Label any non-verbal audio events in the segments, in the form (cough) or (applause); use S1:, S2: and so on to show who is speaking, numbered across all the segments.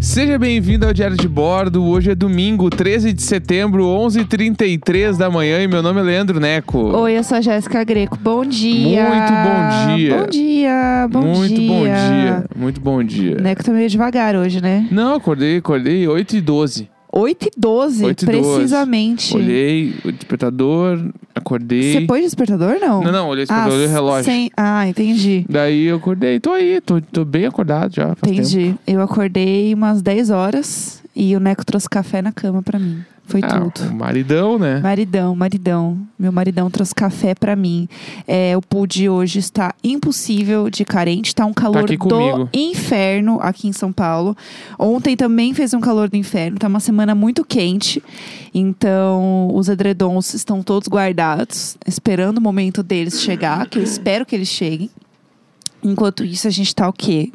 S1: Seja bem-vindo ao Diário de Bordo. Hoje é domingo, 13 de setembro, 11h33 da manhã. E meu nome é Leandro Neco.
S2: Oi, eu sou a Jéssica Greco. Bom dia.
S1: Muito bom dia.
S2: Bom dia. Bom
S1: Muito
S2: dia.
S1: bom dia. Muito bom dia.
S2: Neco tá meio devagar hoje, né?
S1: Não, acordei, acordei 8h12.
S2: 8 e 12,
S1: 8 e 12.
S2: precisamente.
S1: Olhei o despertador, acordei.
S2: Você põe despertador, não?
S1: Não, não, olhei o
S2: Ah,
S1: despertador, olhei o relógio.
S2: sem- Ah, entendi.
S1: Daí eu acordei. Tô aí, tô, tô bem acordado já. faz tempo.
S2: Entendi. Eu acordei umas 10 horas e o Neco trouxe café na cama pra mim. Foi
S1: Ah,
S2: tudo.
S1: o maridão, né?
S2: Maridão, maridão. Meu maridão trouxe café pra mim. É, o pool de hoje está impossível de carente. Tá um calor
S1: aqui comigo.
S2: do inferno aqui em São Paulo. Ontem também fez um calor do inferno. Tá uma semana muito quente. Então, os edredons estão todos guardados, esperando o momento deles chegar, que eu espero que eles cheguem. Enquanto isso, a gente tá o quê?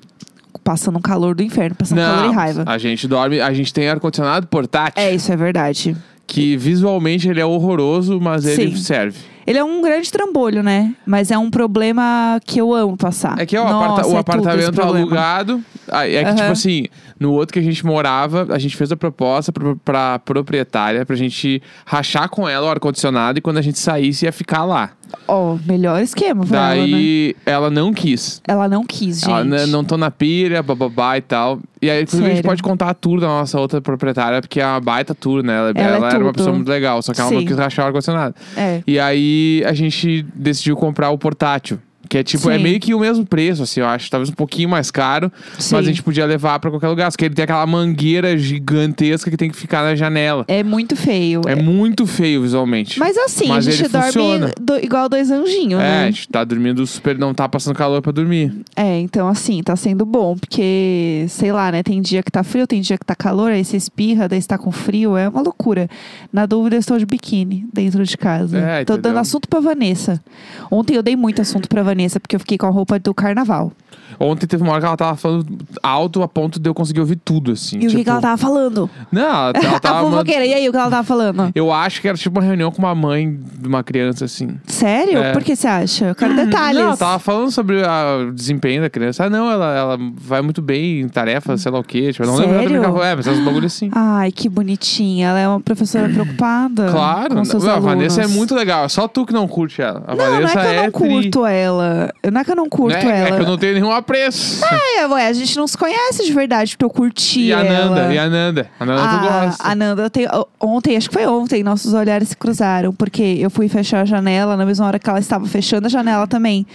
S2: Passando um calor do inferno, passando calor e raiva.
S1: a gente dorme, a gente tem ar-condicionado portátil.
S2: É, isso é verdade.
S1: Que visualmente ele é horroroso, mas ele
S2: Sim.
S1: serve.
S2: Ele é um grande trambolho, né? Mas é um problema que eu amo passar.
S1: É que é o,
S2: Nossa,
S1: aparta- o
S2: é tudo esse
S1: apartamento
S2: problema.
S1: alugado. Ah, É que,
S2: Aham.
S1: tipo assim, no outro que a gente morava, a gente fez a proposta pra, pra proprietária pra gente rachar com ela o ar-condicionado e quando a gente saísse ia ficar lá.
S2: Ó, melhor esquema pra ela, né?
S1: Daí ela não quis.
S2: Ela não quis, gente.
S1: Ela, "Né, não tô na pilha, bababá e tal. E aí, inclusive, a gente
S2: Sério.
S1: pode contar a tour da nossa outra proprietária, porque é uma baita tour, né? Ela,
S2: é
S1: era uma
S2: tudo.
S1: pessoa muito legal, só que ela não
S2: Sim.
S1: quis rachar o ar-condicionado.
S2: É.
S1: E aí a gente decidiu comprar o portátil. Que é tipo, é
S2: Sim.
S1: meio que o mesmo preço, assim, eu acho. Talvez um pouquinho mais caro,
S2: Sim.
S1: mas a gente podia levar pra qualquer lugar. Só que ele tem aquela mangueira gigantesca que tem que ficar na janela.
S2: É muito feio.
S1: É, muito feio visualmente.
S2: Mas assim,
S1: Mas
S2: a gente
S1: ele funciona.
S2: dorme do- igual dois anjinhos,
S1: É, a
S2: né?
S1: gente tá dormindo super, não tá passando calor pra dormir.
S2: É, então assim, tá sendo bom, porque, sei lá, né? Tem dia que tá frio, tem dia que tá calor, aí você espirra, daí você tá com frio, é uma loucura. Na dúvida, eu estou de biquíni dentro de casa.
S1: É,
S2: Tô
S1: entendeu?
S2: dando assunto pra Vanessa. Ontem eu dei muito assunto pra Vanessa, porque eu fiquei com a roupa do carnaval.
S1: Ontem teve uma hora que ela tava falando alto a ponto de eu conseguir ouvir tudo, assim.
S2: E o que,
S1: tipo-
S2: que ela tava falando?
S1: Não, ela,
S2: (laughs)
S1: ela
S2: a
S1: tava. mandando-
S2: fofoqueira, e aí, o que ela tava falando?
S1: Eu acho que era tipo uma reunião com uma mãe de uma criança, assim.
S2: Sério?
S1: É.
S2: Por que você acha? Eu quero detalhes.
S1: Não, ela tava falando sobre a- o desempenho da criança. Ah, não, ela, ela vai muito bem em tarefas, sei lá o quê. Tipo, eu não lembro
S2: Sério? Ah,
S1: exatamente o que ela falou. É, mas essas bagulhos assim.
S2: Ai, que bonitinha. Ela é uma professora preocupada.
S1: claro.
S2: Com seus
S1: Não, a
S2: alunos.
S1: Vanessa é muito legal. É só tu que não curte ela. A
S2: Não, não é
S1: Vanessa
S2: que eu
S1: tri.
S2: não curto ela. Não é que eu não curto
S1: Né? É
S2: ela.
S1: que eu não tenho nenhum apreço.
S2: É, ué, a gente não se conhece de verdade pra eu curtir
S1: e a
S2: ela. Ah,
S1: Nanda, e a Nanda. A Nanda tu gosta.
S2: A Nanda, eu tenho- ontem, acho que foi ontem, nossos olhares se cruzaram, porque eu fui fechar a janela na mesma hora que ela estava fechando a janela também.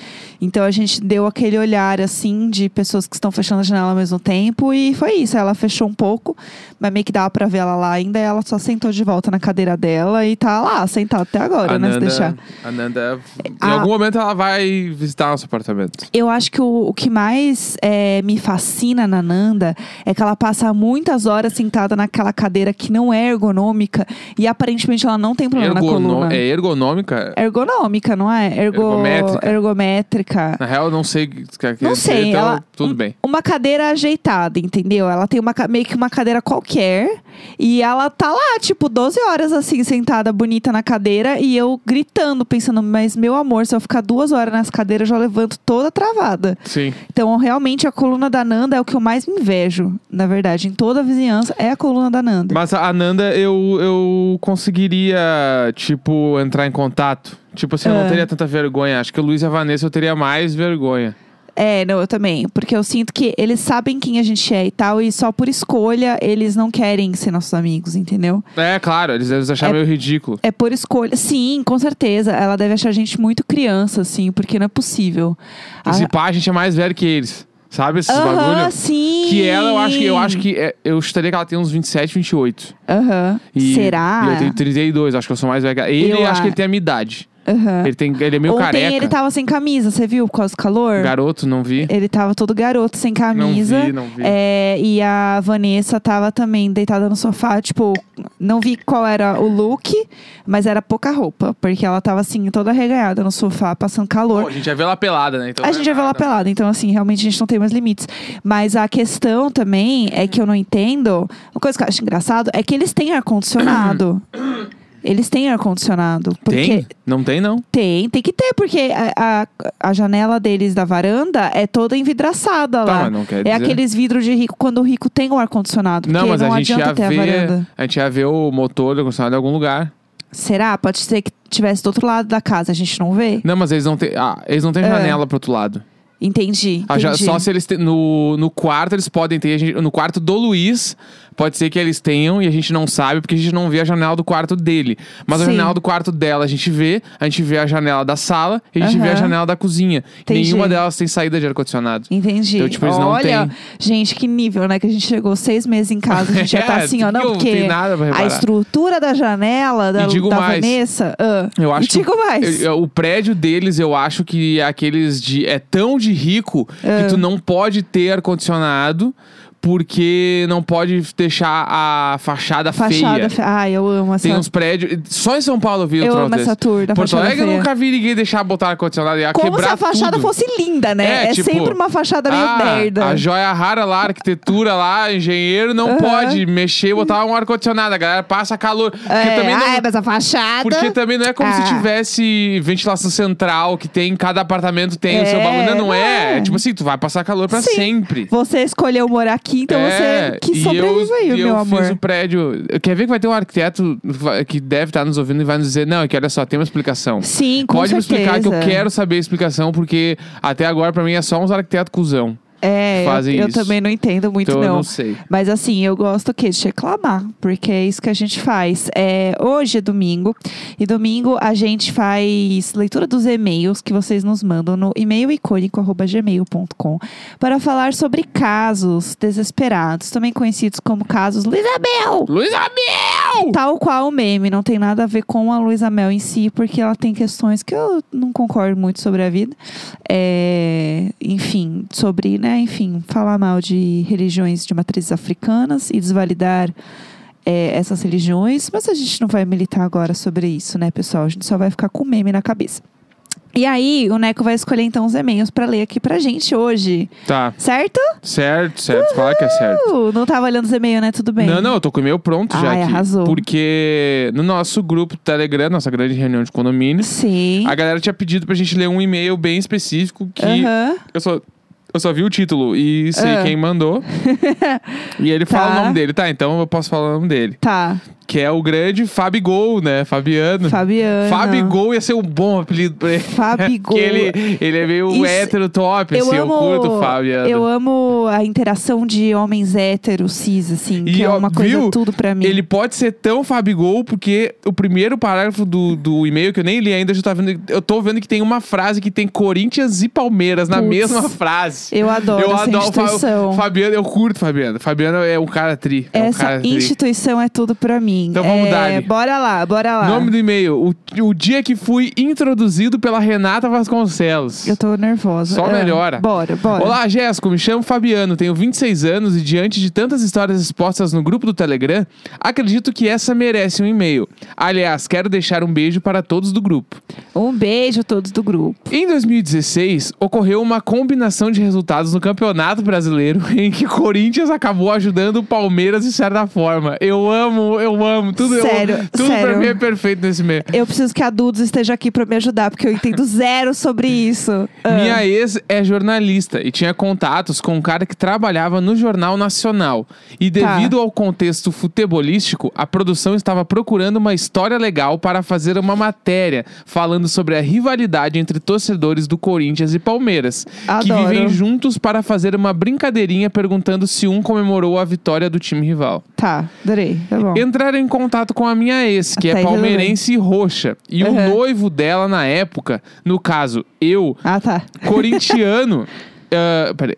S2: Então a gente deu aquele olhar, assim, de pessoas que estão fechando a janela ao mesmo tempo, e foi isso. Ela fechou um pouco, mas meio que dava pra ver ela lá ainda, e ela só sentou de volta na cadeira dela e tá lá, sentada até agora, né? Se deixar. É,
S1: a Nanda, em
S2: A-
S1: algum momento ela vai visitar nosso apartamento.
S2: Eu acho que o, o que mais eh, me fascina na Nanda é que ela passa muitas horas sentada naquela cadeira que não é ergonômica e aparentemente ela não tem problema
S1: Ergono-
S2: na coluna.
S1: É ergonômica?
S2: Ergonômica, não é? Ergo-
S1: Ergométrica.
S2: ergométrica.
S1: Na real, eu não sei o que quer
S2: Não
S1: dizer,
S2: sei,
S1: então
S2: ela- um, hum.
S1: tudo bem.
S2: Uma cadeira ajeitada, entendeu? Ela tem uma, ca- meio que uma cadeira qualquer e ela tá lá, tipo, 12 horas assim, sentada, bonita na cadeira e eu gritando, pensando, mas meu amor, se eu ficar duas horas nessa cadeira, eu já levanto toda travada.
S1: Sim.
S2: Então, realmente, a coluna da Nanda é o que eu mais invejo, na verdade. Em toda a vizinhança, é a coluna da Nanda.
S1: Mas a Nanda, eu, eu conseguiria, tipo, entrar em contato. Tipo assim, eu não
S2: Ah.
S1: teria tanta vergonha. Acho que o Luiz e a Vanessa eu teria mais vergonha.
S2: É, não, eu também. Porque eu sinto que eles sabem quem a gente é e tal, e só por escolha eles não querem ser nossos amigos, entendeu?
S1: É, claro, eles devem achar
S2: É-
S1: meio ridículo.
S2: É por escolha. Sim, com certeza. Ela deve achar a gente muito criança, assim, porque não é possível.
S1: E se pá, a gente é mais velho que eles. Sabe esses
S2: Ah. Aham,
S1: bagulho?
S2: sim.
S1: Que ela, eu acho que eu acho que é- eu chutaria que ela tem uns 27, 28.
S2: Aham.
S1: E,
S2: Será?
S1: E eu tenho 32, acho que eu sou mais velho. que ela. Ele,
S2: Eu
S1: acho
S2: a-
S1: que ele tem a minha idade.
S2: Aham.
S1: Ele, tem, ele é meio
S2: Ontem
S1: careca.
S2: ele tava sem camisa, você viu? Por causa do calor?
S1: Garoto, não vi.
S2: Ele é tava todo garoto, sem camisa.
S1: Não vi, não vi.
S2: É, e a Vanessa tava também deitada no sofá, tipo, não vi qual era o look, mas era pouca roupa, porque ela tava assim, toda arreganhada no sofá, passando calor.
S1: Pô, a gente já vê ela pelada, né? Então
S2: A
S1: não é
S2: gente já viu ela
S1: nada.
S2: pelada, então assim, realmente a gente não tem mais limites. Mas a
S1: (clears throat)
S2: questão também é que eu não entendo. Uma coisa que eu acho engraçado é que eles têm ar-condicionado. Eles têm ar-condicionado. Porque
S1: Tem? Não tem, não.
S2: Tem, tem que ter, porque a, a, a janela deles da varanda é toda envidraçada
S1: Tá,
S2: lá.
S1: mas não quer
S2: É
S1: dizer.
S2: aqueles vidros de rico, quando o rico tem o ar-condicionado.
S1: Não,
S2: porque
S1: mas
S2: não
S1: a gente
S2: adianta
S1: ia
S2: ter a
S1: ver.
S2: varanda.
S1: A, gente ia ver o motor do ar-condicionado em algum lugar.
S2: Será? Pode ser que tivesse do outro lado da casa, a gente não vê?
S1: Não, mas eles não têm. Ah, eles não têm janela pro outro lado.
S2: Entendi.
S1: Ah, já-
S2: É. entendi.
S1: só se eles têm. No, no quarto eles podem ter. a gente- no quarto do Luiz, pode ser que eles tenham e a gente não sabe, porque a gente não vê a janela do quarto dele. Mas a
S2: Sim.
S1: janela do quarto dela a gente vê, a gente vê a janela da sala e a gente vê a
S2: Aham.
S1: janela da cozinha. E
S2: Entendi.
S1: Nenhuma delas tem saída de ar-condicionado.
S2: Entendi.
S1: Então, tipo, eles não
S2: Olha,
S1: têm.
S2: gente, que nível, né? Que a gente chegou seis meses em casa, a gente já tá
S1: (laughs) É,
S2: assim, ó. Não,
S1: não
S2: porque
S1: tem nada pra
S2: a
S1: reparar.
S2: estrutura da janela da,
S1: E digo
S2: da
S1: mais.
S2: Vanessa. ah,
S1: Eu acho
S2: e
S1: que
S2: digo
S1: o-
S2: mais.
S1: eu- eu- o prédio deles, eu acho que é aqueles de. É tão de rico
S2: Ah.
S1: que tu não pode ter ar-condicionado porque não pode deixar a fachada, feia.
S2: Fachada. fe- Ai, eu amo essa.
S1: Tem uns prédios. Só em São Paulo eu vi um
S2: Eu
S1: troço
S2: amo essa
S1: desse.
S2: tour da
S1: Porto
S2: fachada
S1: Alegre eu
S2: feia.
S1: nunca vi ninguém deixar botar ar-condicionado. Ia
S2: Como se
S1: quebrar
S2: a fachada
S1: tudo.
S2: fosse linda, né?
S1: É,
S2: É,
S1: tipo,
S2: sempre uma fachada meio
S1: ah,
S2: merda.
S1: A joia rara lá, a arquitetura lá, engenheiro, não
S2: Aham.
S1: pode mexer, botar um ar-condicionado. A galera passa calor. Porque
S2: É,
S1: também não,
S2: ah, é, mas a fachada.
S1: porque também não é como se
S2: Ah.
S1: tivesse ventilação central, que tem, cada apartamento tem o seu
S2: É,
S1: bagulho. Não, não
S2: não
S1: é.
S2: é.
S1: Tipo assim, tu vai passar calor pra
S2: Sim.
S1: sempre.
S2: Você escolheu morar aqui, então
S1: é,
S2: você que
S1: e
S2: sobrevive
S1: eu,
S2: aí,
S1: e
S2: meu
S1: eu
S2: amor.
S1: fiz o prédio. Quer ver que vai ter um arquiteto que deve estar nos ouvindo e vai nos dizer: não, é que olha só, tem uma explicação.
S2: Sim, com
S1: Pode me
S2: certeza.
S1: explicar que eu quero saber a explicação, porque até agora pra mim é só uns arquitetos cuzão.
S2: É,
S1: que
S2: eu-
S1: fazem
S2: eu,
S1: isso.
S2: também não entendo muito,
S1: então eu
S2: não.
S1: não sei.
S2: Mas assim, eu gosto o quê? De reclamar, porque é isso que a gente faz. É, hoje é domingo, e domingo a gente faz leitura dos e-mails que vocês nos mandam no e-mail icônico.gmail.com para falar sobre casos desesperados, também conhecidos como casos Lisabel!
S1: Luiz Abel!
S2: Tal qual o meme, não tem nada a ver com a Luísa Mel em si, porque ela tem questões que eu não concordo muito sobre a vida. É, enfim, sobre, né, enfim, falar mal de religiões de matrizes africanas e desvalidar é, essas religiões, mas a gente não vai militar agora sobre isso, né, pessoal? A gente só vai ficar com meme na cabeça. E aí, o Neco vai escolher então os e-mails pra ler aqui pra gente hoje,
S1: Tá,
S2: certo?
S1: certo, certo. Fala que é certo.
S2: Uh, Não tava olhando os e-mails, né? Tudo bem.
S1: Não, não, eu tô com o e-mail pronto já
S2: Ai,
S1: aqui.
S2: arrasou.
S1: Porque no nosso grupo do Telegram, nossa grande reunião de condomínio,
S2: Sim.
S1: a galera tinha pedido pra gente ler um e-mail bem específico que
S2: Aham.
S1: eu só. Eu só vi o título e sei
S2: Ah.
S1: quem
S2: (laughs)
S1: mandou. e ele fala
S2: Tá.
S1: o nome dele. Tá, então eu posso falar o nome dele.
S2: Tá.
S1: Que é o grande Fabigol, né? Fabiano.
S2: Fabiano.
S1: Fabigol ia ser um bom apelido pra ele. (laughs)
S2: Fabigol.
S1: Porque ele, ele é meio
S2: Isso-
S1: hétero top,
S2: Eu
S1: assim.
S2: amo,
S1: Eu curto o Fabiano.
S2: eu amo a interação de homens héteros, cis, assim,
S1: E,
S2: que é
S1: ó,
S2: uma coisa
S1: viu?
S2: tudo pra mim.
S1: Ele pode ser tão Fabigol, porque o primeiro parágrafo do, do e-mail, que eu nem li ainda, eu, já tava vendo, eu tô vendo que tem uma frase que tem Corinthians e Palmeiras na
S2: Putz.
S1: mesma frase.
S2: Eu adoro
S1: eu
S2: essa
S1: adoro o Fa-
S2: instituição.
S1: Fabiano, eu curto Fabiano. Fabiano é um cara tri. é um
S2: Essa
S1: cara tri.
S2: instituição é tudo pra mim.
S1: Então vamos
S2: É,
S1: dar-lhe.
S2: Bora lá, bora lá.
S1: Nome do e-mail: o, o dia que fui introduzido pela Renata Vasconcelos.
S2: Eu tô nervosa.
S1: Só
S2: Ah,
S1: melhora.
S2: Bora, bora.
S1: Olá, Jéssico. Me chamo Fabiano, tenho 26 anos e, diante de tantas histórias expostas no grupo do Telegram, acredito que essa merece um e-mail. Aliás, quero deixar um beijo para todos do grupo.
S2: Um beijo a todos do grupo.
S1: Em 2016, ocorreu uma combinação de resultados no Campeonato Brasileiro (laughs) em que Corinthians acabou ajudando o Palmeiras de certa forma. Eu amo, eu amo. Tudo, eu-
S2: Sério,
S1: tudo pra
S2: sério.
S1: mim é perfeito nesse e-mail.
S2: Eu preciso que a Dudes esteja aqui pra me ajudar, porque eu entendo (laughs) zero sobre isso. Ah,
S1: Minha ex é jornalista e tinha contatos com um cara que trabalhava no Jornal Nacional. E
S2: Tá.
S1: devido ao contexto futebolístico, a produção estava procurando uma história legal para fazer uma matéria falando sobre a rivalidade entre torcedores do Corinthians e Palmeiras,
S2: Adoro.
S1: que vivem juntos para fazer uma brincadeirinha perguntando se um comemorou a vitória do time rival.
S2: Tá, adorei. Tá bom.
S1: Entraram em contato com a minha ex, que é
S2: Até aí tudo bem.
S1: palmeirense e roxa. E
S2: Uhum.
S1: o noivo dela na época, no caso, eu,
S2: Ah, tá.
S1: corintiano. (laughs) ah, peraí.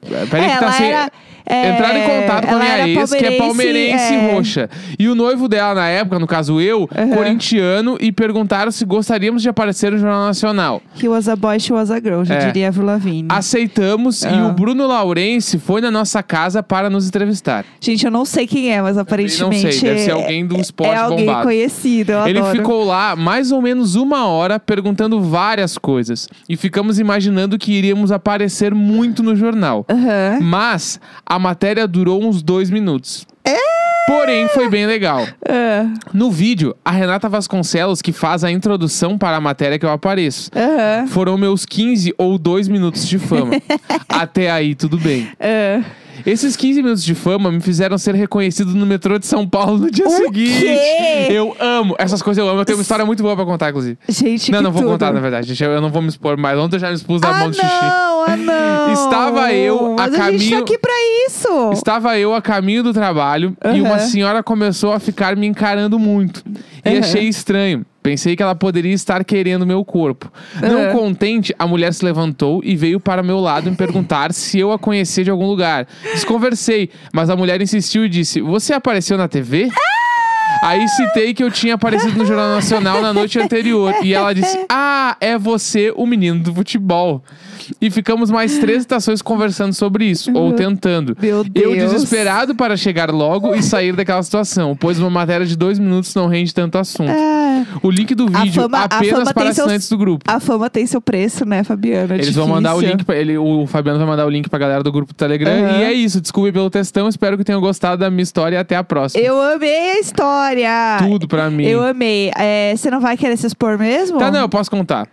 S1: Peraí, que
S2: ela
S1: tá sem.
S2: era. é,
S1: Entraram em contato com a
S2: ela
S1: minha
S2: era
S1: ex, que é palmeirense
S2: é,
S1: roxa. E o noivo dela, na época, no caso eu, corintiano, e perguntaram se gostaríamos de aparecer no Jornal Nacional.
S2: He was a boy, she was a girl, já
S1: É.
S2: diria Avril Lavigne.
S1: Aceitamos e
S2: Ah.
S1: o Bruno Laurence foi na nossa casa para nos entrevistar.
S2: Gente, eu não sei quem é, mas aparentemente.
S1: não sei, deve ser
S2: é-
S1: alguém do esporte
S2: É alguém
S1: bombado.
S2: conhecido, eu
S1: Ele
S2: adoro.
S1: ficou lá mais ou menos uma hora perguntando várias coisas. E ficamos imaginando que iríamos aparecer muito no jornal.
S2: Aham.
S1: Mas a matéria durou uns dois minutos. Porém, foi bem legal.
S2: É.
S1: No vídeo, a Renata Vasconcelos, que faz a introdução para a matéria que eu apareço.
S2: Aham.
S1: Foram meus 15 ou 2 minutos de
S2: (laughs)
S1: fama. Até aí, tudo bem.
S2: É.
S1: Esses 15 minutos de fama me fizeram ser reconhecido no metrô de São Paulo no dia
S2: O
S1: seguinte.
S2: quê?
S1: Eu amo. Essas coisas eu amo. Eu tenho uma história muito boa pra contar, inclusive.
S2: Gente,
S1: não,
S2: que
S1: não vou
S2: tudo.
S1: contar, na verdade. gente. Eu eu não vou me expor mais. Ontem eu já me expus na
S2: ah,
S1: mão de xixi.
S2: não, ah, não.
S1: Estava eu a
S2: Mas a gente tá
S1: caminho-
S2: aqui pra isso.
S1: Estava eu a caminho do trabalho e
S2: Aham.
S1: uma senhora começou a ficar me encarando muito. E
S2: Aham.
S1: achei estranho. Pensei que ela poderia estar querendo meu corpo. Não
S2: Aham.
S1: contente, a mulher se levantou e veio para meu lado me perguntar se eu a conhecia de algum lugar. Desconversei, mas a mulher insistiu e disse: Você apareceu na TV? Aí citei que eu tinha aparecido no Jornal Nacional na noite anterior. E ela disse: Ah, é você o menino do futebol. E ficamos mais três estações conversando sobre isso, ou tentando.
S2: Uhum. Meu
S1: Eu
S2: Deus.
S1: desesperado para chegar logo e sair daquela situação, pois uma matéria de dois minutos não rende tanto assunto.
S2: Ah,
S1: O link do
S2: A
S1: vídeo
S2: fama- a
S1: apenas
S2: fama
S1: para
S2: tem seus-
S1: assinantes do grupo.
S2: a fama tem seu preço, né, Fabiana? É
S1: Eles vão mandar o
S2: difícil.
S1: link, pra, ele, o Fabiano vai mandar o link pra galera do grupo do Telegram.
S2: Aham.
S1: E é isso, desculpe pelo textão, espero que tenham gostado da minha história e até a próxima.
S2: Eu amei a história.
S1: Tudo pra mim.
S2: Eu amei. É, você não vai querer se expor mesmo?
S1: Tá, não, eu posso contar.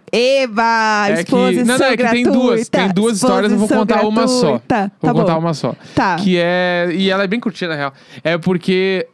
S2: Eba,
S1: É que-
S2: exposição
S1: não, não, é que tem
S2: gratuita.
S1: duas- tem duas histórias, eu vou
S2: Exposição
S1: contar uma só.
S2: gratuita.
S1: Vou
S2: Tá
S1: contar
S2: bom.
S1: uma só.
S2: Tá.
S1: Que é. E ela é bem curtinha, na real. É porque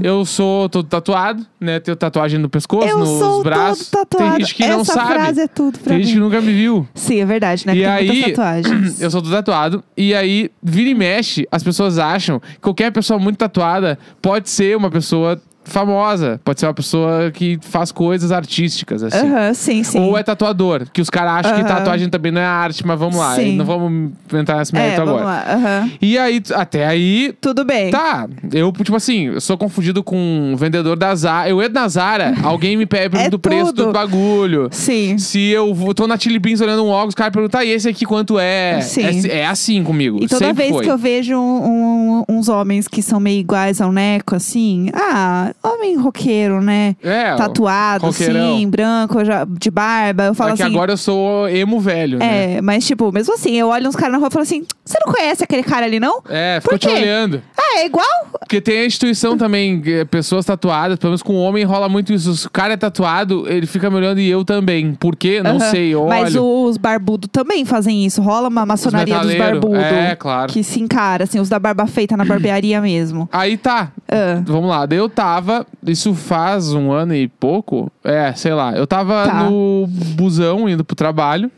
S1: (clears throat) eu sou todo tatuado, né? Tenho tatuagem no pescoço,
S2: Eu
S1: nos
S2: sou
S1: braços.
S2: todo tatuado.
S1: Tem gente que
S2: Essa
S1: não sabe.
S2: frase é tudo pra
S1: Tem gente
S2: mim.
S1: que nunca me viu. (clears throat)
S2: Sim, é verdade, né?
S1: E
S2: que tem
S1: aí,
S2: muitas
S1: (clears throat)
S2: tatuagens.
S1: eu sou todo tatuado. E aí, vira e mexe, as pessoas acham que qualquer pessoa muito tatuada pode ser uma pessoa famosa, pode ser uma pessoa que faz coisas artísticas, assim.
S2: Aham, sim, sim.
S1: Ou é tatuador, que os caras acham que
S2: Aham.
S1: tatuagem também não é arte, mas vamos lá,
S2: Sim.
S1: não vamos entrar nesse
S2: É,
S1: mérito
S2: vamos
S1: agora.
S2: lá. aham.
S1: E aí, t- até aí,
S2: Tudo bem.
S1: Tá, eu, tipo assim, eu sou confundido com um vendedor da Zara. Eu entro na Zara, alguém me
S2: (laughs)
S1: pede
S2: É
S1: pergunta o preço
S2: tudo.
S1: do bagulho.
S2: Sim.
S1: Se eu vou- tô na Chili Beans olhando um óculos, os caras perguntam, tá, e esse aqui quanto é?
S2: Ah, Sim.
S1: É, si- é assim comigo.
S2: E toda
S1: Sempre
S2: vez
S1: foi.
S2: que eu vejo um- um- uns homens que são meio iguais ao Neco, assim, ah, homem roqueiro, né?
S1: É,
S2: Tatuado,
S1: roqueirão.
S2: sim, branco, já- de barba. Eu falo
S1: Só é que
S2: assim.
S1: agora eu sou emo velho, né?
S2: É, mas tipo, mesmo assim, eu olho uns caras na rua e falo assim: você não conhece aquele cara ali, não?
S1: É,
S2: Por
S1: ficou te
S2: quê?
S1: olhando.
S2: Ah, é igual?
S1: Porque tem a
S2: (laughs)
S1: instituição também, eh, pessoas tatuadas, pelo menos com um homem rola muito isso. Se o cara é tatuado, ele fica me olhando e eu também. Por quê? Não
S2: Aham.
S1: sei, eu olho.
S2: Mas os barbudos também fazem isso. Rola uma maçonaria dos
S1: metaleiro,
S2: barbudos.
S1: é, claro.
S2: Que se encara, assim, os da barba feita na
S1: (clears throat)
S2: barbearia mesmo.
S1: Aí tá.
S2: Ah.
S1: Vamos lá. Daí eu tava. Isso faz um ano e pouco. É, sei lá. Eu tava
S2: Tá.
S1: no busão indo pro trabalho.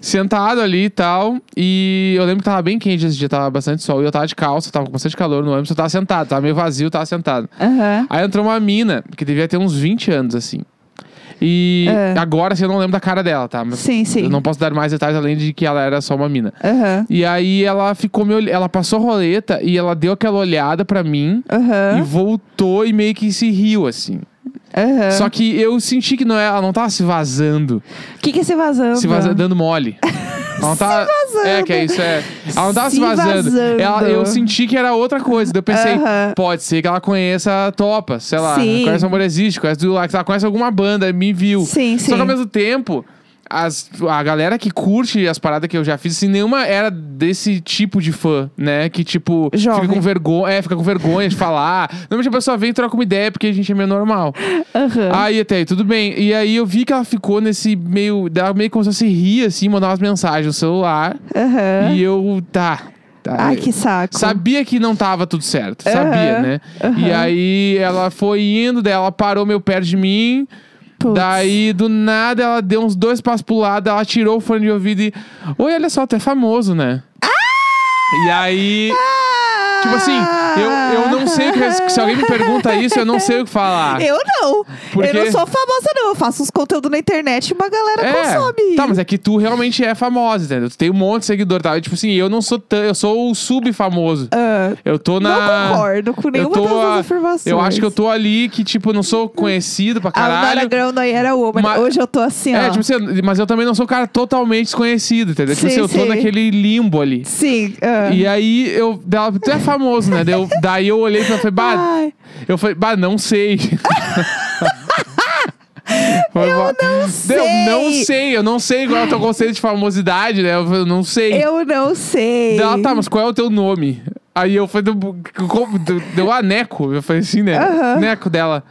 S1: Sentado ali e tal. E eu lembro que tava bem quente esse dia, tava bastante sol. E eu tava de calça, tava com bastante calor no ônibus, eu tava sentado, tava meio vazio, tava sentado.
S2: Aham.
S1: Aí entrou uma mina, que devia ter uns 20 anos, assim. E
S2: É.
S1: agora, assim, eu não lembro da cara dela, tá? Mas
S2: Sim, sim.
S1: eu não posso dar mais detalhes além de que ela era só uma mina.
S2: Aham.
S1: E aí ela ficou me olhando. Ela passou roleta e ela deu aquela olhada pra mim e
S2: Aham.
S1: voltou e meio que se riu, assim.
S2: Aham.
S1: Só que eu senti que não é, ela não tava se vazando.
S2: O que, que é se vazando?
S1: Se vazando, dando mole.
S2: (laughs)
S1: Ela não tava,
S2: vazando.
S1: É, que é isso, é. Ela não tava se,
S2: Se
S1: vazando.
S2: vazando.
S1: Ela- eu senti que era outra coisa. Daí eu pensei,
S2: Aham.
S1: pode ser que ela conheça a Topa, sei lá, né?
S2: Sim.
S1: conhece o Amor Existe, conhece do Lax, ela conhece alguma banda, me viu.
S2: Sim,
S1: Só
S2: sim.
S1: que ao mesmo tempo, as- a galera que curte as paradas que eu já fiz, assim, nenhuma era desse tipo de fã, né? Que, tipo,
S2: Jovem.
S1: fica com vergonha. É, fica com vergonha de falar. Normalmente a pessoa vem e troca uma ideia, porque a gente é meio normal.
S2: Aham.
S1: Aí até aí, tudo bem. E aí eu vi que ela ficou nesse meio. Ela meio começou a se rir, assim, mandar umas mensagens no celular.
S2: Aham.
S1: E eu. Tá. tá.
S2: É. Ai, que saco.
S1: Sabia que não tava tudo certo.
S2: Aham,
S1: Sabia, né? E
S2: aham.
S1: aí ela foi indo, daí ela parou meio perto de mim.
S2: Putz.
S1: Daí, do nada, ela deu uns dois passos pro lado, ela tirou o fone de ouvido e. Oi, olha só, tu é famoso, né?
S2: Ah!
S1: E aí. Tipo assim, eu, eu não sei o que. res- Se alguém me pergunta isso, eu não sei o que falar.
S2: Eu não.
S1: Porque-
S2: Eu não sou famosa, não. Eu faço uns conteúdos na internet e uma galera consome.
S1: Tá, mas é que tu realmente é famosa, entendeu? Tu tem um monte de seguidor, tá? E, tipo assim, eu não sou tão. Eu sou o sub-famoso.
S2: Ah,
S1: Eu tô na.
S2: Não concordo com nenhuma
S1: eu tô
S2: das duas
S1: a-
S2: afirmações. Ah,
S1: Eu acho que eu tô ali que, tipo, não sou conhecido pra
S2: I'm not a
S1: caralho.
S2: girl, no era woman.
S1: Mas-
S2: Hoje eu tô assim, ó.
S1: É, tipo assim, mas eu também não sou um cara totalmente desconhecido, entendeu? tipo assim,
S2: Sim,
S1: eu tô
S2: sim.
S1: naquele limbo ali.
S2: Sim. ah.
S1: E aí eu. daí ela, Tu é famoso, né? Daí eu, daí eu olhei pra ela e falei, bah.
S2: Ai,
S1: Eu falei, bah, não sei. (laughs) eu não
S2: sei.
S1: Eu não sei, eu não sei qual é o teu conceito de famosidade, né? Eu falei, não sei.
S2: eu não sei.
S1: Daí Ela, tá, mas qual é o teu nome? Aí eu falei, deu, deu a Neco. Eu falei assim, né?
S2: Aham.
S1: Neco dela.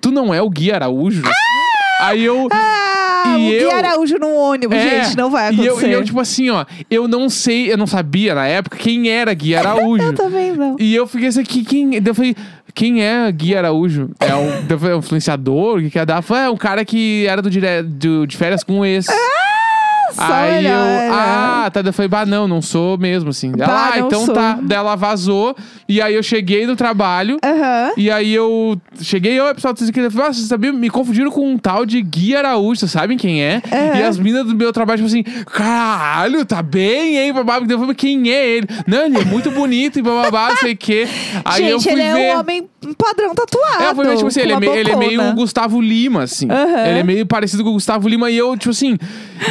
S1: Tu não é o Gui Araújo? Aí eu.
S2: Ah,
S1: E
S2: o Gui
S1: eu-
S2: Araújo no ônibus,
S1: É.
S2: gente, não
S1: E
S2: vai acontecer.
S1: eu, e eu, tipo assim, ó, eu não sei, eu não sabia na época quem era Gui Araújo.
S2: Eu também não.
S1: E eu fiquei assim, que, quem, daí eu falei, quem é Gui Araújo? É um, daí eu falei, é um influenciador? O que que é? Daí ela falou, É um cara que era do, dire, do de férias com um ex.
S2: É, Só
S1: Aí eu,
S2: olhar. né?
S1: ah, tá. Daí eu falei, bah, não, não sou mesmo, assim. Ela,
S2: Bah,
S1: ah,
S2: não
S1: então
S2: sou."
S1: tá. Daí ela vazou. E aí eu cheguei no trabalho.
S2: Aham.
S1: E aí eu cheguei, oi pessoal, vocês querem falar? Vocês sabiam? Me confundiram com um tal de Gui Araújo, vocês sabem quem é? E as minas do meu trabalho, tipo assim, caralho, tá bem, hein, babá? Eu falei, "Mas quem é ele? Não, ele é muito bonito e bababá, não sei o quê. Aí eu
S2: gente,
S1: fui
S2: ele
S1: ver.
S2: é um homem padrão tatuado.
S1: É, foi meio, tipo assim,
S2: com
S1: ele é,
S2: uma
S1: meio, ele é meio
S2: bocona.
S1: o Gustavo Lima, assim.
S2: Aham.
S1: Ele é meio parecido com o Gustavo Lima e eu, tipo assim.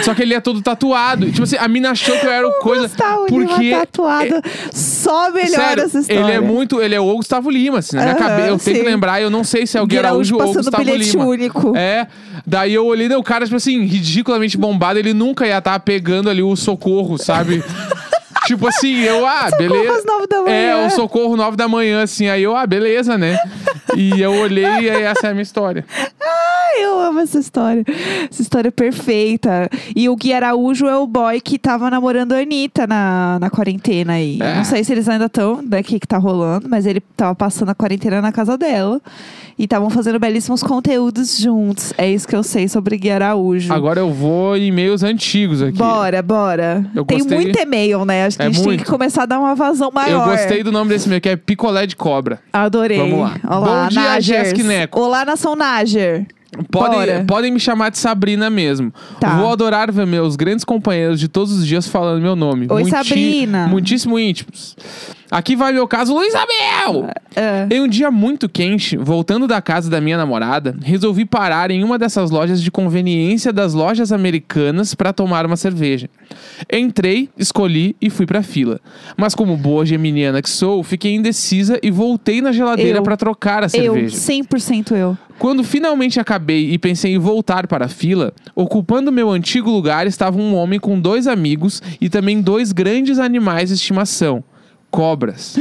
S1: Só que ele é todo tatuado. E, tipo assim, a mina achou que eu era o coisa.
S2: Gustavo
S1: porque é-
S2: Lima tatuado. Só melhora
S1: Sério,
S2: essa história.
S1: ele é muito. Ele é o Gustavo Lima, assim. Na minha
S2: Aham,
S1: cabeça, eu tenho que
S2: sim.
S1: lembrar, eu não sei se é o Gui
S2: Gui
S1: Araújo
S2: Araújo
S1: ou o
S2: passando
S1: Gustavo
S2: bilhete
S1: Lima.
S2: único.
S1: É. Daí eu olhei, daí o cara, tipo assim, ridiculamente bombado, ele nunca ia estar pegando ali o socorro,
S2: (laughs)
S1: sabe? tipo assim, eu, ah, beleza.
S2: às nove da manhã.
S1: É, o socorro nove da manhã, assim. Aí eu, ah, beleza, né? e eu olhei e aí essa é a minha história.
S2: Ai, eu amo essa história. Essa história é perfeita. E o Gui Araújo é o boy que tava namorando a Anitta na, na quarentena aí.
S1: É.
S2: Não sei se eles ainda estão, né, o que, que tá rolando, mas ele tava passando a quarentena na casa dela. E estavam fazendo belíssimos conteúdos juntos. É isso que eu sei sobre Gui Araújo.
S1: Agora eu vou em e-mails antigos aqui.
S2: Bora, bora.
S1: Eu
S2: tem
S1: gostei-
S2: muito e-mail, né? Acho que
S1: É
S2: a gente tem
S1: muito.
S2: que começar a dar uma vazão
S1: eu
S2: maior.
S1: gostei do nome desse e-mail, que é Picolé de Cobra.
S2: Adorei.
S1: Vamos lá.
S2: Olá,
S1: Bom dia,
S2: Nagers.
S1: Jéssica e Neco.
S2: Olá, Nação Nager.
S1: Podem,
S2: Bora.
S1: podem me chamar de Sabrina mesmo.
S2: Tá.
S1: Vou adorar ver meus grandes companheiros de todos os dias falando meu nome.
S2: Oi, Sabrina.
S1: Muitíssimo íntimos. Aqui vai meu caso, Luiz Abel!
S2: Ah.
S1: Em um dia muito quente, voltando da casa da minha namorada, resolvi parar em uma dessas lojas de conveniência das lojas americanas para tomar uma cerveja. Entrei, escolhi e fui pra fila. Mas como boa geminiana que sou, fiquei indecisa e voltei na geladeira
S2: Eu.
S1: para trocar a
S2: Eu,
S1: cerveja.
S2: 100% eu.
S1: Quando finalmente acabei e pensei em voltar para a fila, ocupando meu antigo lugar estava um homem com dois amigos e também dois grandes animais de estimação. Cobras.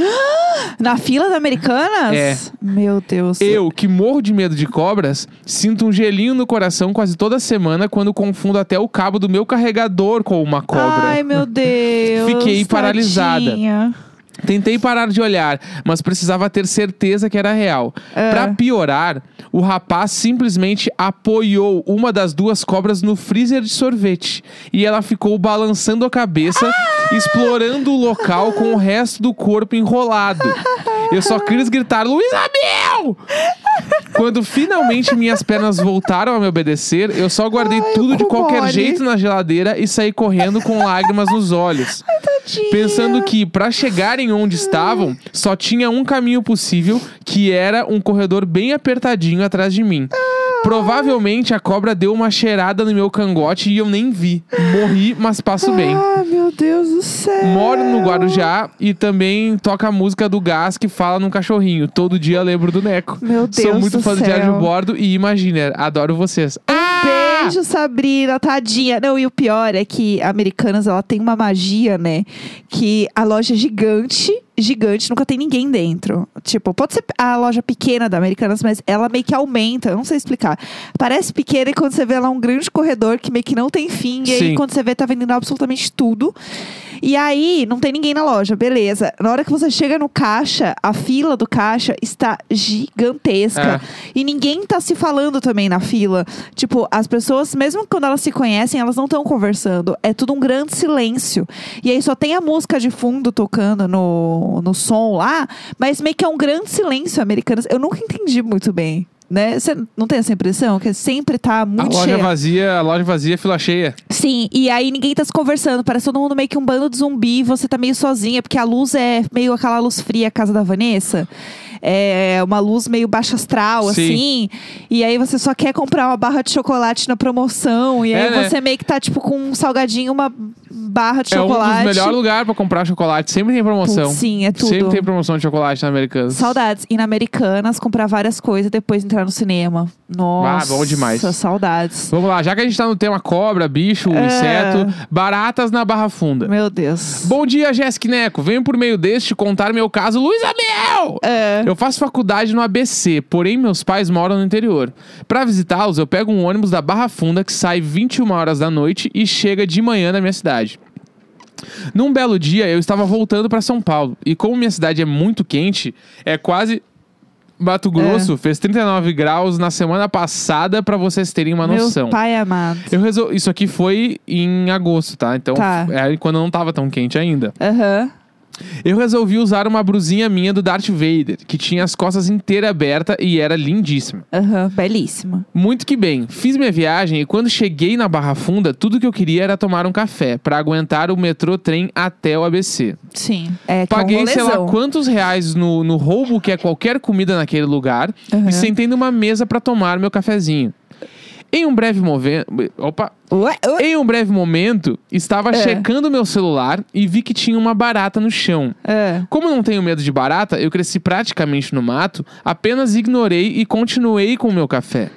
S2: Na fila da Americanas?
S1: É.
S2: Meu Deus.
S1: Eu, que morro de medo de cobras, sinto um gelinho no coração quase toda semana quando confundo até o cabo do meu carregador com uma cobra.
S2: Ai, meu Deus.
S1: Fiquei paralisada.
S2: tadinha.
S1: Tentei parar de olhar, mas precisava ter certeza que era real.
S2: É.
S1: Pra piorar, o rapaz simplesmente apoiou uma das duas cobras no freezer de sorvete e ela ficou balançando a cabeça,
S2: Ah!
S1: explorando o local com o resto do corpo enrolado. Eu só quis gritar: Luiz Abel! Quando finalmente minhas pernas voltaram a me obedecer, eu só guardei tudo de
S2: com
S1: qualquer
S2: mole.
S1: jeito na geladeira e saí correndo com lágrimas nos olhos.
S2: Tadinha.
S1: Pensando que para chegarem onde estavam, só tinha um caminho possível, que era um corredor bem apertadinho atrás de mim. Provavelmente a cobra deu uma cheirada no meu cangote e eu nem vi. Morri, mas passo bem.
S2: Ai, meu Deus do céu.
S1: Moro no Guarujá e também toca a música do Gás que fala num cachorrinho. Todo dia lembro do Neco.
S2: Meu Deus
S1: Sou muito
S2: do
S1: fã do
S2: céu.
S1: Diário de Bordo e Imaginer. Adoro vocês. Ah!
S2: Beijo, Sabrina, tadinha. Não, e o pior é que a Americanas, ela tem uma magia, né? Que a loja é gigante, gigante, nunca tem ninguém dentro. Tipo, pode ser a loja pequena da Americanas, mas ela meio que aumenta, eu não sei explicar. Parece pequena e quando você vê ela é um grande corredor que meio que não tem fim. E
S1: Sim.
S2: aí, quando você vê, tá vendendo absolutamente tudo. E aí, não tem ninguém na loja, beleza. Na hora que você chega no caixa, a fila do caixa está
S1: É.
S2: gigantesca. E ninguém tá se falando também na fila. Tipo, as pessoas, mesmo quando elas se conhecem, elas não estão conversando. É tudo um grande silêncio. E aí só tem a música de fundo tocando no, no som lá, mas meio que é um grande silêncio americano. Eu nunca entendi muito bem. Né? Você não tem essa impressão? Que sempre tá
S1: A
S2: muito
S1: loja
S2: cheia.
S1: vazia, a loja vazia, fila cheia.
S2: Sim, e aí ninguém tá se conversando. Parece todo mundo meio que um bando de zumbi. Você tá meio sozinha, porque a luz é meio aquela luz fria, a casa da Vanessa. É uma luz meio baixa astral,
S1: Sim.
S2: assim. E aí você só quer comprar uma barra de chocolate na promoção. E
S1: É,
S2: aí
S1: né?
S2: você meio que tá, tipo, com um salgadinho, uma barra de
S1: É um
S2: chocolate.
S1: dos melhores lugares pra comprar chocolate. Sempre tem promoção.
S2: Putz, Sim, é
S1: Sempre
S2: tudo.
S1: tem promoção de chocolate na Americanas.
S2: Saudades. Ir na Americanas, comprar várias coisas e depois entrar no cinema. Nossa.
S1: Ah, bom demais.
S2: Saudades.
S1: Vamos lá, já que a gente tá no tema cobra, bicho,
S2: É.
S1: inseto, baratas na Barra Funda.
S2: Meu Deus.
S1: Bom dia, Jéssica e Neco. Venho por meio deste contar meu caso, Luiz Abel!
S2: É.
S1: Eu faço faculdade no ABC, porém meus pais moram no interior. Pra visitá-los, eu pego um ônibus da Barra Funda que sai 21 horas da noite e chega de manhã na minha cidade. Num belo dia, eu estava voltando pra São Paulo e como minha cidade é muito quente, é quase
S2: É.
S1: Mato Grosso fez 39 graus na semana passada, pra vocês terem uma
S2: Meu
S1: noção.
S2: pai amado.
S1: Eu resol... Isso aqui foi em agosto, tá? Então,
S2: Tá.
S1: é quando não tava tão quente ainda.
S2: Aham.
S1: Eu resolvi usar uma brusinha minha do Darth Vader, que tinha as costas inteiras abertas e era lindíssima.
S2: Aham. Belíssima.
S1: Muito que bem, fiz minha viagem e quando cheguei na Barra Funda, tudo que eu queria era tomar um café, pra aguentar o metrô trem até o ABC.
S2: Sim. É, que é
S1: Paguei,
S2: um
S1: sei lá,
S2: rolezão.
S1: quantos reais no, no roubo que é qualquer comida naquele lugar
S2: Aham.
S1: e sentei numa mesa pra tomar meu cafezinho. Em um breve momento. Opa!
S2: Ué, ué.
S1: Em um breve momento, estava
S2: É.
S1: checando meu celular e vi que tinha uma barata no chão.
S2: É.
S1: Como eu não tenho medo de barata, eu cresci praticamente no mato, apenas ignorei e continuei com o meu
S2: É.
S1: café.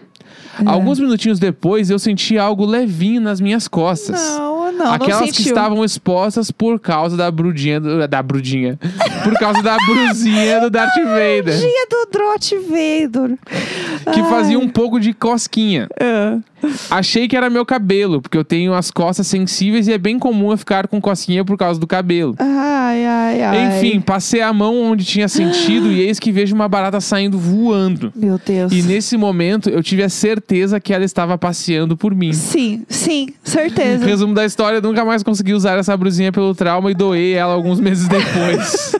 S1: Alguns minutinhos depois, eu senti algo levinho nas minhas costas.
S2: Não, não,
S1: Aquelas
S2: não
S1: que
S2: sentiu.
S1: estavam expostas por causa da brudinha. do- Da brudinha. Por causa da brusinha do Darth Vader.
S2: Dia do Drote Vader.
S1: Que
S2: Ai.
S1: fazia um pouco de cosquinha.
S2: É.
S1: Achei que era meu cabelo, porque eu tenho as costas sensíveis e é bem comum eu ficar com cosquinha por causa do cabelo.
S2: ah. Ai, ai, ai.
S1: Enfim, passei a mão onde tinha sentido e eis que vejo uma barata saindo voando.
S2: Meu Deus.
S1: E nesse momento eu tive a certeza que ela estava passeando por mim.
S2: Sim, sim, certeza.
S1: Resumo da história, eu nunca mais consegui usar essa brusinha pelo trauma e doei ela alguns meses
S2: (laughs)
S1: depois.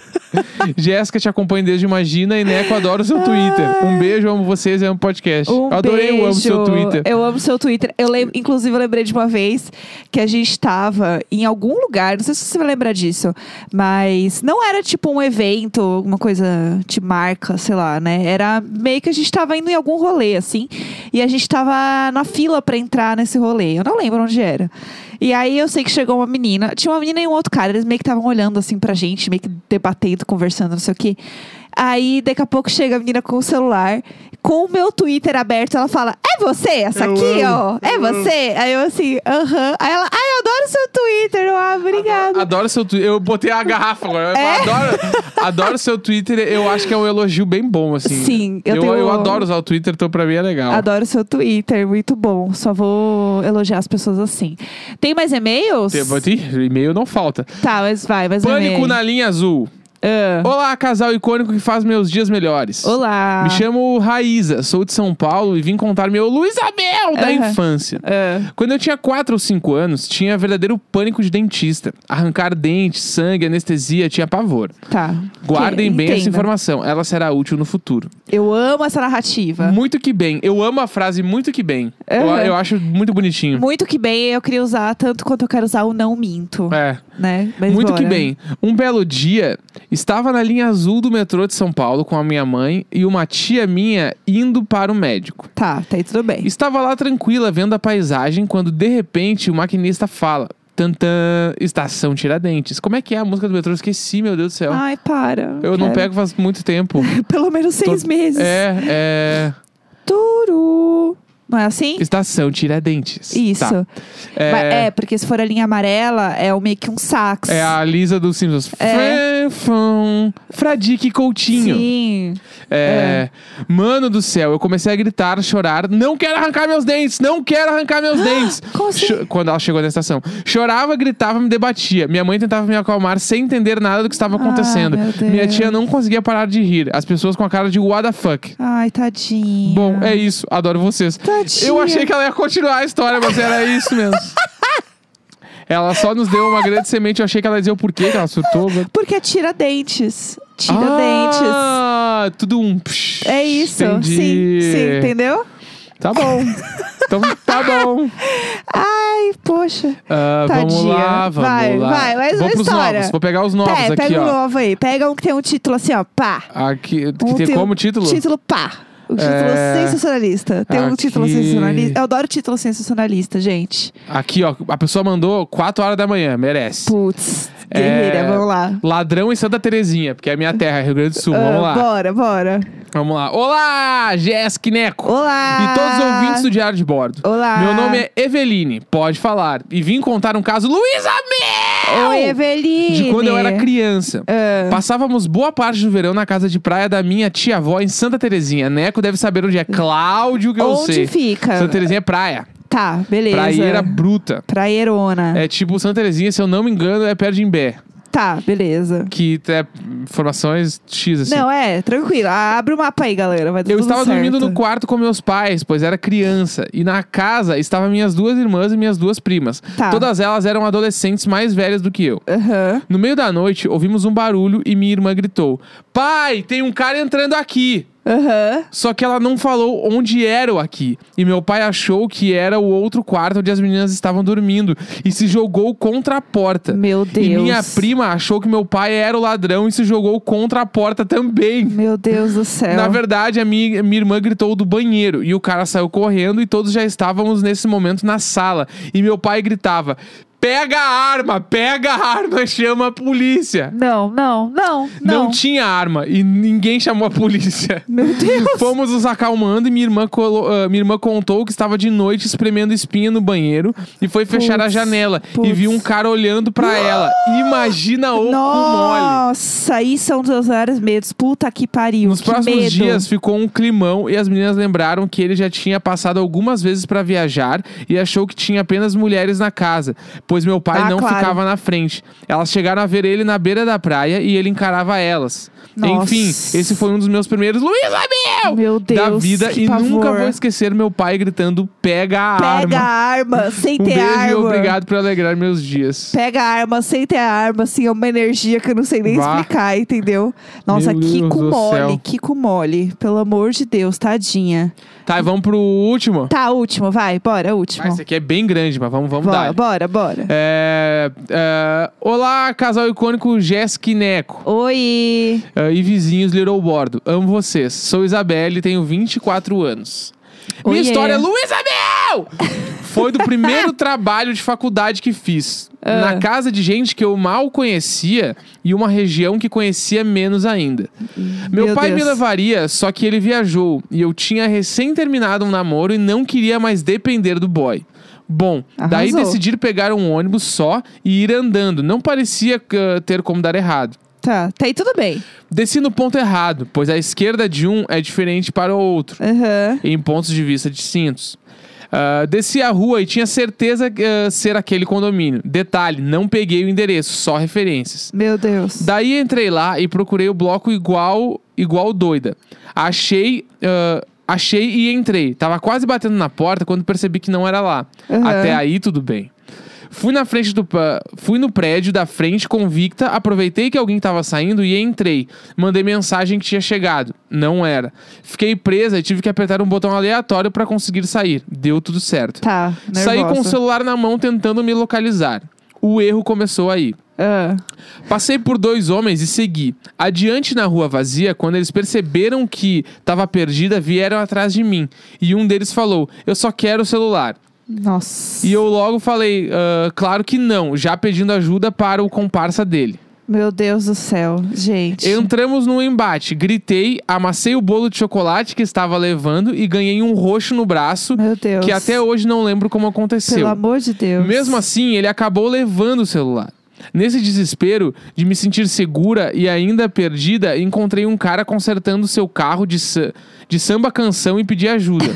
S1: Jéssica, te acompanho desde Imagina e Neco, adoro seu Twitter. Um beijo, amo vocês e amo o podcast.
S2: Um
S1: Eu Adorei, eu amo seu
S2: beijo. É.
S1: Twitter.
S2: Eu amo seu Twitter. Eu lem- inclusive, eu lembrei de uma vez que a gente estava em algum lugar, não sei se você vai lembrar disso, mas não era tipo um evento, alguma coisa de marca, sei lá, né? Era meio que a gente estava indo em algum rolê, assim, e a gente estava na fila para entrar nesse rolê. Eu não lembro onde era. E aí eu sei que chegou uma menina, tinha uma menina e um outro cara, eles meio que estavam olhando assim pra gente, meio que debatendo, conversando, não sei o quê. Aí daqui a pouco chega a menina com o celular, com o meu Twitter aberto, ela fala: É você essa
S1: Eu
S2: aqui,
S1: amo,
S2: ó? É você? Aí eu assim, aham. Aí ela, ai, eu adoro seu Twitter, eu, ah, obrigada.
S1: Adoro seu Twitter. Eu botei a garrafa agora. Eu ia
S2: É.
S1: falar, adoro, adoro seu Twitter. Eu acho que é um elogio bem bom, assim.
S2: Sim, eu
S1: eu,
S2: tenho- um-
S1: adoro usar o Twitter, então pra mim é legal.
S2: Adoro seu Twitter, muito bom. Só vou elogiar as pessoas assim. Tem mais e-mails?
S1: Tem- botei- E-mail não falta.
S2: Tá, mas vai, Ah. mas
S1: Pânico na linha azul. Olá, casal icônico que faz meus dias melhores.
S2: Olá.
S1: Me chamo Raíza, sou de São Paulo e vim contar meu Luiz Abel da
S2: Aham.
S1: infância.
S2: Ah.
S1: Quando eu tinha 4 ou 5 anos, tinha verdadeiro pânico de dentista. Arrancar dente, sangue, anestesia, tinha pavor.
S2: Tá.
S1: Guardem
S2: Que-
S1: bem essa
S2: entenda.
S1: informação, ela será útil no futuro.
S2: Eu amo essa narrativa.
S1: Muito que bem. Eu amo a frase muito que bem. Eu,
S2: Aham.
S1: eu acho muito bonitinho.
S2: Muito que bem, eu queria usar tanto quanto eu quero usar o não minto,
S1: É.
S2: né? Mas
S1: muito
S2: bora.
S1: que bem. Um belo dia, estava na linha azul do metrô de São Paulo com a minha mãe e uma tia minha indo para o médico.
S2: Tá, tá aí tudo bem.
S1: Estava lá tranquila vendo a paisagem quando de repente o maquinista fala: Tantã, estação Tiradentes. Como é que é a música do metrô? Eu Esqueci, meu Deus do céu.
S2: Ai, para.
S1: Então, eu não
S2: Ah, Cara,
S1: pego faz muito tempo.
S2: (laughs) Pelo menos seis meses.
S1: é, é.
S2: Turu. Não é assim?
S1: Estação Tiradentes.
S2: Isso.
S1: Tá.
S2: Mas É... porque se for a linha amarela, é o meio que um sax.
S1: É a Lisa dos Simpsons.
S2: É.
S1: Frefão, Fradique Coutinho.
S2: Sim.
S1: É, Mano do céu, eu comecei a gritar, chorar. Não quero arrancar meus dentes! Não quero arrancar meus dentes!
S2: (gasps) como assim?
S1: Quando ela chegou na estação. Chorava, gritava, me debatia. Minha mãe tentava me acalmar sem entender nada do que estava acontecendo.
S2: Ah, meu Deus.
S1: Minha tia não conseguia parar de rir. As pessoas com a cara de what the fuck.
S2: Ai, tadinho.
S1: Bom, é isso. Adoro vocês.
S2: Tadinha.
S1: Eu achei que ela ia continuar a história, mas era isso
S2: (laughs)
S1: mesmo. Ela só nos deu uma grande semente. Eu achei que ela ia dizer o porquê que ela surtou. mas-
S2: Porque tira dentes. Tira dentes.
S1: ah, tudo um. psh,
S2: É isso.
S1: Entendi.
S2: Sim, sim, entendeu?
S1: Tá bom. Então tá
S2: (laughs)
S1: bom.
S2: Ai, poxa.
S1: Ah, vamos
S2: Tadinha.
S1: lá, vamos
S2: Vai,
S1: lá.
S2: vai, mais
S1: Vou
S2: uma
S1: pros
S2: história.
S1: novos. Vou pegar os novos
S2: Pega,
S1: aqui,
S2: pega um
S1: ó.
S2: novo aí. Pega um que tem um título assim, ó. Pá.
S1: Aqui, que
S2: Um
S1: tem
S2: tem um
S1: como título?
S2: Título pá. O título
S1: É.
S2: sensacionalista. Tem um
S1: Aqui.
S2: título sensacionalista. Eu adoro título sensacionalista, gente.
S1: Aqui, ó, a pessoa mandou 4 horas da manhã, merece.
S2: Putz,
S1: É.
S2: guerreira, vamos lá.
S1: Ladrão em Santa Terezinha, porque é a minha terra, Rio Grande do Sul.
S2: Ah,
S1: Vamos lá.
S2: Bora, bora.
S1: Vamos lá. Olá, Jéssica e Neco.
S2: Olá!
S1: E todos os ouvintes do Diário de Bordo.
S2: Olá!
S1: Meu nome é Eveline, pode falar. E vim contar um caso Luísa Mel!
S2: Oi, Eveline!
S1: De quando eu era criança.
S2: Ah.
S1: Passávamos boa parte do verão na casa de praia da minha tia-avó em Santa Terezinha. Neco deve saber onde é. Cláudio, que eu
S2: Onde
S1: sei.
S2: fica?
S1: Santa Terezinha é praia.
S2: Tá, beleza.
S1: Praieira bruta.
S2: Praierona.
S1: É tipo Santa Terezinha, se eu não me engano, é perto de Imbé.
S2: Tá, beleza.
S1: Que é informações X, assim.
S2: Não, é, tranquilo. Ah, Abre o mapa aí, galera. Vai dar
S1: Eu
S2: tudo
S1: estava
S2: certo.
S1: dormindo no quarto com meus pais, pois era criança. E na casa estavam minhas duas irmãs e minhas duas primas.
S2: Tá.
S1: Todas elas eram adolescentes mais velhas do que eu.
S2: Aham.
S1: No meio da noite, ouvimos um barulho e minha irmã gritou: Pai, tem um cara entrando aqui!
S2: Aham.
S1: Só que ela não falou onde era o aqui. E meu pai achou que era o outro quarto onde as meninas estavam dormindo e se jogou contra a porta.
S2: Meu Deus.
S1: E minha prima achou que meu pai era o ladrão e se jogou contra a porta também.
S2: Meu Deus do céu.
S1: Na verdade, a minha, minha irmã gritou do banheiro e o cara saiu correndo e todos já estávamos nesse momento na sala. E meu pai gritava: Pega a arma, pega a arma, (laughs) chama a polícia.
S2: Não, não, não,
S1: Não,
S2: não.
S1: tinha arma e ninguém chamou a polícia.
S2: Meu Deus.
S1: Fomos nos acalmando e minha irmã, colo- ah, minha irmã contou que estava de noite espremendo espinha no banheiro e foi fechar a
S2: Putz,
S1: janela e
S2: putz.
S1: viu um cara olhando pra ela. Imagina o cu mole.
S2: Nossa, aí são os meus maiores medos. Puta que pariu.
S1: Nos
S2: que
S1: próximos
S2: medo.
S1: dias ficou um climão e as meninas lembraram que ele já tinha passado algumas vezes pra viajar e achou que tinha apenas mulheres na casa, pois meu pai
S2: Ah,
S1: não
S2: claro.
S1: ficava na frente. Elas chegaram a ver ele na beira da praia e ele encarava elas.
S2: Nossa.
S1: Enfim, esse foi um dos meus primeiros Luísa Mel
S2: Meu
S1: da
S2: Deus,
S1: vida
S2: que
S1: e
S2: pavor.
S1: nunca vou esquecer meu pai gritando pega a
S2: Pega a
S1: arma.
S2: arma sem
S1: Um
S2: ter
S1: beijo e
S2: arma.
S1: obrigado por alegrar meus dias.
S2: Pega a arma sem ter a arma, assim, é uma energia que eu não sei nem
S1: Bah.
S2: explicar, entendeu? Nossa,
S1: Meu
S2: que
S1: Deus
S2: cu
S1: do
S2: mole,
S1: céu.
S2: que cu mole. Pelo amor de Deus, tadinha.
S1: Tá, e vamos pro último.
S2: Tá, último, vai, bora, último.
S1: Ah, esse aqui é bem grande, mas vamos, vamos
S2: bora,
S1: dar.
S2: bora, bora.
S1: É, é, olá, casal icônico Jéssica e Neco.
S2: Oi!
S1: é, e vizinhos Little Bordo. Amo vocês. Sou Isabelle, tenho 24 anos. Minha
S2: Oiê.
S1: história é Luísa Mel! Foi do
S2: (laughs)
S1: primeiro trabalho de faculdade que fiz.
S2: Ah.
S1: Na casa de gente que eu mal conhecia e uma região que conhecia menos ainda. Meu,
S2: Meu
S1: pai me
S2: Deus.
S1: levaria, só que ele viajou e eu tinha recém terminado um namoro e não queria mais depender do boy. Bom, daí
S2: Arrasou.
S1: decidir pegar um ônibus só e ir andando. Não parecia ah, ter como dar errado.
S2: Tá, tá aí tudo bem.
S1: Desci no ponto errado, pois a esquerda de um é diferente para o outro,
S2: Aham.
S1: em pontos de vista distintos. Ah, desci a rua e tinha certeza ah, ser aquele condomínio. Detalhe, não peguei o endereço, só referências.
S2: Meu Deus.
S1: Daí entrei lá e procurei o bloco igual igual doida. Achei, ah, achei e entrei. Tava quase batendo na porta quando percebi que não era lá.
S2: Uhum.
S1: Até aí tudo bem. Fui na frente do pa- fui no prédio da frente convicta, aproveitei que alguém tava saindo e entrei. Mandei mensagem que tinha chegado, não era. Fiquei presa e tive que apertar um botão aleatório pra conseguir sair. Deu tudo certo.
S2: Tá, nervosa.
S1: Saí com o celular na mão tentando me localizar. O erro começou aí.
S2: Ah.
S1: Passei por dois homens e segui. Adiante na rua vazia, quando eles perceberam que estava perdida, vieram atrás de mim. E um deles falou: Eu só quero o celular.
S2: Nossa.
S1: E eu logo falei: "Ah, Claro que não, já pedindo ajuda para o comparsa dele.
S2: Meu Deus do céu, gente.
S1: Entramos num embate, gritei, amassei o bolo de chocolate que estava levando e ganhei um roxo no braço,
S2: Meu Deus.
S1: que até hoje não lembro como aconteceu.
S2: Pelo amor de Deus.
S1: Mesmo assim, ele acabou levando o celular. Nesse desespero de me sentir segura e ainda perdida, encontrei um cara consertando seu carro de, sa- de samba canção e pedi
S2: (laughs)
S1: ajuda.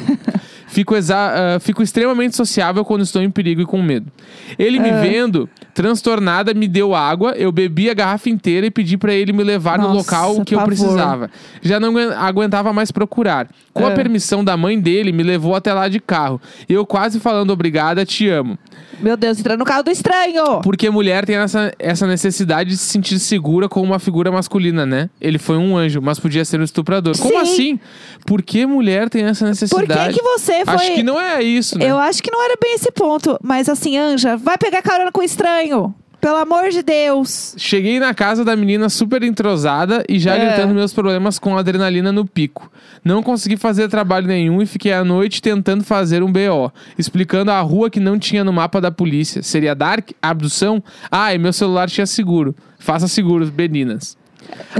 S1: fico, exa- ah, fico extremamente sociável quando estou em perigo e com medo. Ele
S2: É.
S1: me vendo, transtornada, me deu água, eu bebi a garrafa inteira e pedi para ele me levar no
S2: Nossa,
S1: local que eu
S2: pavor.
S1: precisava. Já não aguen- aguentava mais procurar. Com a
S2: Ah.
S1: permissão da mãe dele, me levou até lá de carro. Eu quase falando obrigada, te amo.
S2: Meu Deus, entra no carro do estranho.
S1: Porque mulher tem essa, essa necessidade de se sentir segura com uma figura masculina, né? Ele foi um anjo, mas podia ser um estuprador. Como
S2: Sim.
S1: assim? Por que mulher tem essa
S2: Por
S1: necessidade?
S2: que, que você foi.
S1: Acho que não é isso, né?
S2: Eu acho que não era bem esse ponto. Mas assim, Anja, vai pegar carona com o estranho. Pelo amor de Deus.
S1: Cheguei na casa da menina super entrosada e já
S2: É.
S1: gritando meus problemas com adrenalina no pico. Não consegui fazer trabalho nenhum e fiquei a noite tentando fazer um BO, explicando a rua que não tinha no mapa da polícia. Seria Dark? Abdução? Ah, e meu celular tinha seguro. Faça seguros, meninas.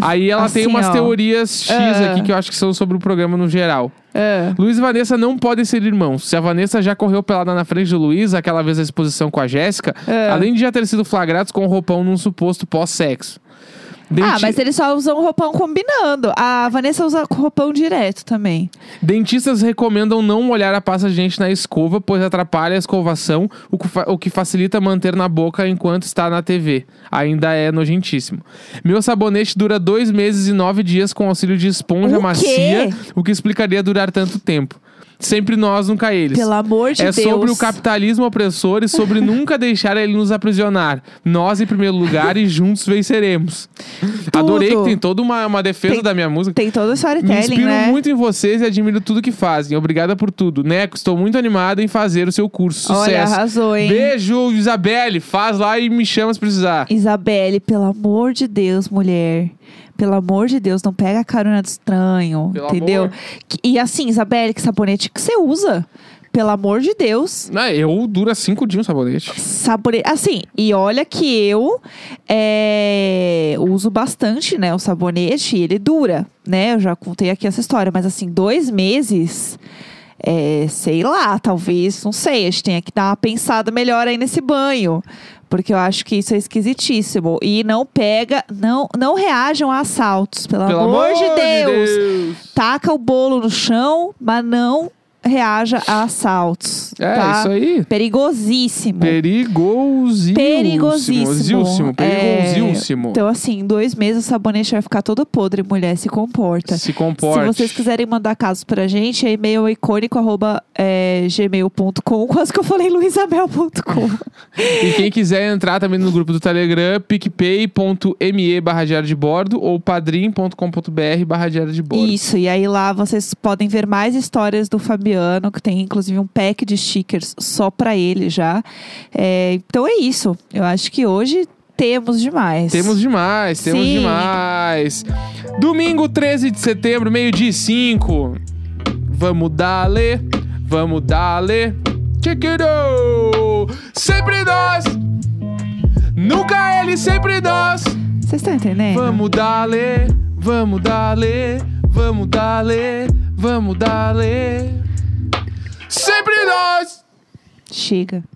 S1: Aí ela tem
S2: Assim,
S1: umas
S2: ó.
S1: teorias X
S2: É.
S1: aqui que eu acho que são sobre o programa no geral.
S2: É.
S1: Luiz e Vanessa não podem ser irmãos. Se a Vanessa já correu pelada na frente do Luiz, aquela vez a exposição com a Jéssica,
S2: É.
S1: além de já ter sido flagrados com um roupão num suposto pós-sexo.
S2: Ah,
S1: Denti-
S2: mas eles só usam roupão combinando. A Vanessa usa roupão direto também.
S1: Dentistas recomendam não molhar a pasta de dente na escova, pois atrapalha a escovação, o que, fa- o que facilita manter na boca enquanto está na TV. Ainda é nojentíssimo. Meu sabonete dura dois meses e nove dias com auxílio de esponja
S2: O quê?
S1: macia, o que explicaria durar tanto tempo. Sempre nós, nunca eles.
S2: Pelo amor de
S1: é
S2: Deus.
S1: sobre o capitalismo opressor e
S2: (laughs)
S1: sobre nunca deixar ele nos aprisionar. Nós em primeiro lugar
S2: (laughs)
S1: e juntos venceremos. Adorei que tem toda uma, uma defesa
S2: Tem-
S1: da minha música.
S2: Tem todo o
S1: Me
S2: storytelling,
S1: inspiro
S2: né?
S1: muito em vocês e admiro tudo que fazem. Obrigada por tudo. Neco, estou muito animada em fazer o seu curso.
S2: Olha,
S1: Sucesso.
S2: arrasou, hein?
S1: Beijo, Isabelle. Faz lá e me chama se precisar.
S2: Isabelle, pelo amor de Deus, mulher. Pelo amor de Deus, não pega a carona do estranho.
S1: Pelo
S2: entendeu?
S1: amor.
S2: Que- E assim, Isabelle, que sabonete que você usa? Pelo amor de Deus.
S1: Ah, eu dura cinco dias o sabonete.
S2: Sabonete. Assim, e olha que eu é, uso bastante, né? O sabonete, e ele dura, né? Eu já contei aqui essa história, mas assim, dois meses. é, sei lá, talvez, não sei. A gente tenha que dar uma pensada melhor aí nesse banho. Porque eu acho que isso é esquisitíssimo. E não pega, não, não reajam a assaltos, pelo,
S1: Pelo
S2: amor, de Deus.
S1: Deus.
S2: Taca o bolo no chão, mas não reaja a assaltos.
S1: É,
S2: tá?
S1: isso aí.
S2: Perigosíssimo.
S1: Perigosíssimo.
S2: Perigosíssimo. É,
S1: Zilsimo, perigosíssimo.
S2: Então, assim, em dois meses o sabonete vai ficar todo podre, mulher. Tá. Se comporta.
S1: Se comporte.
S2: Se vocês quiserem mandar casos pra gente, é e-mail icônico, arroba, é, gmail.com. Quase que eu falei luisamel.com.
S1: E quem quiser entrar também no grupo do Telegram, picpay.me barra diário de bordo ou padrim.com.br barra diário de bordo.
S2: Isso, e aí lá vocês podem ver mais histórias do Fabiano, que tem inclusive um pack de stickers só pra ele já. É, então é isso. Eu acho que hoje temos demais.
S1: Temos demais, temos
S2: Sim.
S1: demais. Domingo 13 de setembro, meio-dia e 5. Vamos dale, vamos dale. Chiquiro! Sempre nós! Nunca ele, sempre nós!
S2: Vocês estão entendendo?
S1: Vamos dale, vamos dale, vamos dale, vamos dale. Sempre nós!
S2: Chega.